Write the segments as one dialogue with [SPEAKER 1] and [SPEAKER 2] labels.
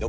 [SPEAKER 1] No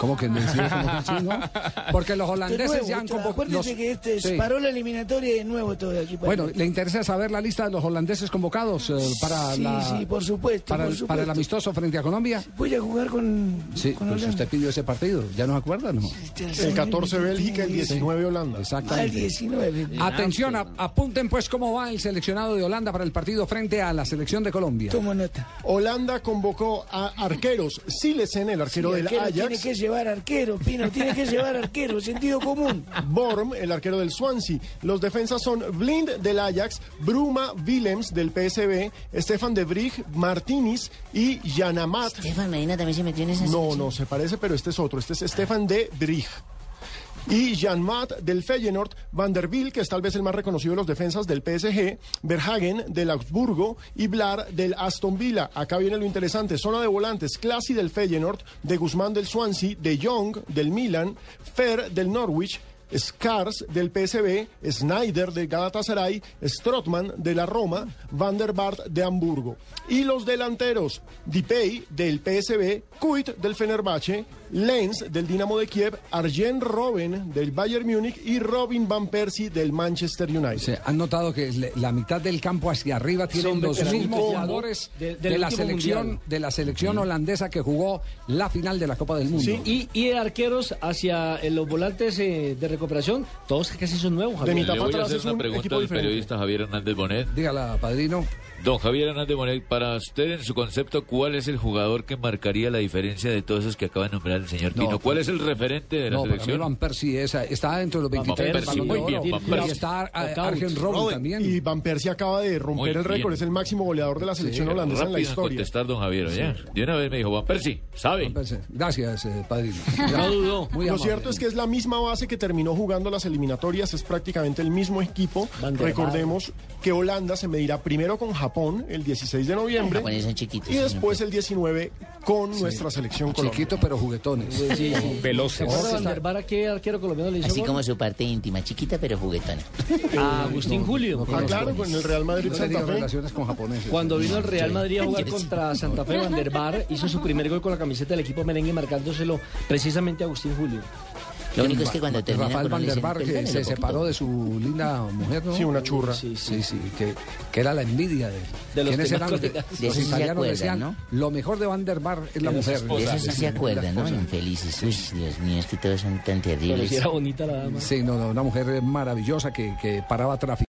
[SPEAKER 2] ¿Cómo que no hicimos como que sí, no? Porque los
[SPEAKER 3] De
[SPEAKER 2] holandeses
[SPEAKER 3] nuevo,
[SPEAKER 2] ya han
[SPEAKER 3] tra-
[SPEAKER 2] convocado.
[SPEAKER 3] acuérdense que este
[SPEAKER 2] Sí.
[SPEAKER 3] paró la eliminatoria y de nuevo todo aquí. para-
[SPEAKER 2] Bueno, ¿le interesa saber la lista de los holandeses convocados eh, para,
[SPEAKER 3] sí,
[SPEAKER 2] la-
[SPEAKER 3] sí, por supuesto,
[SPEAKER 2] para,
[SPEAKER 3] por
[SPEAKER 2] el-
[SPEAKER 3] supuesto.
[SPEAKER 2] para el amistoso frente a Colombia?
[SPEAKER 3] Voy a jugar con,
[SPEAKER 2] Sí,
[SPEAKER 3] con
[SPEAKER 2] pues
[SPEAKER 3] Holanda.
[SPEAKER 2] usted pidió ese partido, ¿ya nos acuerdan? no?
[SPEAKER 4] El 14 Bélgica, el 19 Holanda.
[SPEAKER 3] Al
[SPEAKER 2] Exactamente.
[SPEAKER 3] 19.
[SPEAKER 5] Ah.
[SPEAKER 2] Atención, a- apunten pues cómo va el seleccionado de Holanda para el partido frente a la selección de Colombia.
[SPEAKER 3] Ah, Tomo nota.
[SPEAKER 4] Holanda convocó a arqueros. Silesen, el arquero del
[SPEAKER 3] Arquero tiene
[SPEAKER 4] Ajax.
[SPEAKER 3] que llevar arquero, Pino, tiene que llevar arquero, sentido común.
[SPEAKER 4] Borm, el arquero del Swansea. Los defensas son Blind del Ajax, Bruma Willems del PSB, Stefan de Vrij, Martínez y Yanamat.
[SPEAKER 6] Estefan Medina también se metió en esa
[SPEAKER 4] No,
[SPEAKER 6] selección.
[SPEAKER 4] no, se parece, pero este es otro. Este es Stefan de Vrij. Y Jan Maat del Feyenoord, Van der Biel, que es tal vez el más reconocido de los defensas del PSG, Verhagen del Augsburgo y Blar del Aston Villa. Acá viene lo interesante, zona de volantes, Clasi del Feyenoord, de Guzmán del Swansea, de Jong del Milan, Fer del Norwich, Skars del PSB, Snyder del Galatasaray, Strootman de la Roma, Van der Vaart de Hamburgo. Y los delanteros, Dipey del PSB, Kuit del Fenerbahce, Lenz del Dinamo de Kiev, Arjen Robben del Bayern Múnich y Robin Van Persie del Manchester United.
[SPEAKER 2] Se han notado que le- la mitad del campo hacia arriba tienen
[SPEAKER 3] Son
[SPEAKER 2] los
[SPEAKER 3] veteranos.
[SPEAKER 2] mismos
[SPEAKER 3] Combo
[SPEAKER 2] jugadores
[SPEAKER 3] de-
[SPEAKER 2] de,
[SPEAKER 3] del
[SPEAKER 2] la
[SPEAKER 3] último
[SPEAKER 2] selección
[SPEAKER 3] mundial. Mm.
[SPEAKER 2] de la selección holandesa que jugó la final de la Copa del Mundo.
[SPEAKER 4] Sí.
[SPEAKER 5] Y, y de arqueros hacia eh, los volantes eh, de recuperación, todos casi son nuevos,
[SPEAKER 4] De
[SPEAKER 5] Javier.
[SPEAKER 4] mitad
[SPEAKER 7] Le
[SPEAKER 4] para
[SPEAKER 7] voy a
[SPEAKER 4] atrás
[SPEAKER 7] hacer
[SPEAKER 4] es
[SPEAKER 7] una
[SPEAKER 4] un
[SPEAKER 7] pregunta
[SPEAKER 4] equipo
[SPEAKER 7] al
[SPEAKER 4] diferente.
[SPEAKER 7] periodista Javier Hernández Bonet.
[SPEAKER 2] Dígala, padrino.
[SPEAKER 7] Don Javier Hernández Bonet, para usted, en su concepto, ¿cuál es el jugador que marcaría la diferencia de todos esos que acaba de nombrar el señor
[SPEAKER 2] No,
[SPEAKER 7] Pino? ¿Cuál
[SPEAKER 4] pues,
[SPEAKER 2] para-
[SPEAKER 7] es el referente de la
[SPEAKER 2] No, para mí
[SPEAKER 7] selección?
[SPEAKER 2] Van Persie esa- está dentro de los 23 del
[SPEAKER 7] Persie,
[SPEAKER 2] Balón de
[SPEAKER 7] muy bien,
[SPEAKER 2] Oro.
[SPEAKER 7] Van Persie.
[SPEAKER 2] Y está Ar- Ar-
[SPEAKER 5] Knockout.
[SPEAKER 2] Arjen Robben
[SPEAKER 4] Robben.
[SPEAKER 2] también.
[SPEAKER 4] Y Van Persie acaba de
[SPEAKER 7] Muy
[SPEAKER 4] romper el récord,
[SPEAKER 7] bien.
[SPEAKER 4] es el máximo goleador de la selección holandesa en
[SPEAKER 7] Rápido
[SPEAKER 4] la
[SPEAKER 7] en
[SPEAKER 4] historia.
[SPEAKER 7] contestar, don Javier, ¿oye? De una vez me dijo, Van Persie, ¿sabe?
[SPEAKER 2] Van Persie. Gracias, eh, padrino.
[SPEAKER 5] No dudó.
[SPEAKER 2] Muy
[SPEAKER 4] Lo
[SPEAKER 2] amable.
[SPEAKER 4] cierto es que es la misma base que terminó jugando las eliminatorias, es prácticamente el mismo equipo.
[SPEAKER 5] Van der Vaart.
[SPEAKER 4] Recordemos que Holanda se medirá primero con Japón el 16 de noviembre
[SPEAKER 6] Los japoneses Ah, son chiquitos,
[SPEAKER 4] y
[SPEAKER 6] sí,
[SPEAKER 4] después el 19 con nuestra selección Colombia.
[SPEAKER 2] Chiquito pero juguetones.
[SPEAKER 5] Sí, sí. ¿Se
[SPEAKER 2] Ojo,
[SPEAKER 5] acuerda
[SPEAKER 2] que
[SPEAKER 5] Van der Vaart a qué arquero colombiano le hizo
[SPEAKER 6] Así
[SPEAKER 5] gol?
[SPEAKER 6] como su parte íntima, chiquita pero juguetona.
[SPEAKER 5] A Agustín Julio.
[SPEAKER 4] Ah, claro, con el Real Madrid
[SPEAKER 2] No
[SPEAKER 4] Santa
[SPEAKER 2] tenía
[SPEAKER 4] Fe.
[SPEAKER 2] relaciones con japoneses.
[SPEAKER 5] Cuando vino el Real Madrid a jugar contra Santa Fe, Van der Vaart hizo su primer gol con la camiseta del equipo merengue, marcándoselo precisamente a Agustín Julio.
[SPEAKER 6] Lo único es que cuando termina
[SPEAKER 2] Rafael
[SPEAKER 6] con
[SPEAKER 2] Van der Vaart que se separó de su linda mujer, ¿no?
[SPEAKER 4] Sí, una churra.
[SPEAKER 5] Sí, sí.
[SPEAKER 2] Sí, sí, que, que era la envidia de,
[SPEAKER 5] De los
[SPEAKER 2] ¿Quiénes
[SPEAKER 5] que
[SPEAKER 2] eran?
[SPEAKER 5] más
[SPEAKER 2] De-
[SPEAKER 5] colegas.
[SPEAKER 6] De
[SPEAKER 2] los
[SPEAKER 6] eso sí se
[SPEAKER 2] italianos
[SPEAKER 6] acuerdan,
[SPEAKER 2] decían,
[SPEAKER 6] ¿no?
[SPEAKER 2] lo mejor de Van der Vaart es la mujer.
[SPEAKER 6] De eso sí se acuerdan, ¿no? Infelices. Uy, Dios mío, es que todos son tan
[SPEAKER 5] Pero si
[SPEAKER 6] terribles.
[SPEAKER 5] era bonita la dama.
[SPEAKER 2] Sí, no, no, una mujer maravillosa que, que paraba tráfico.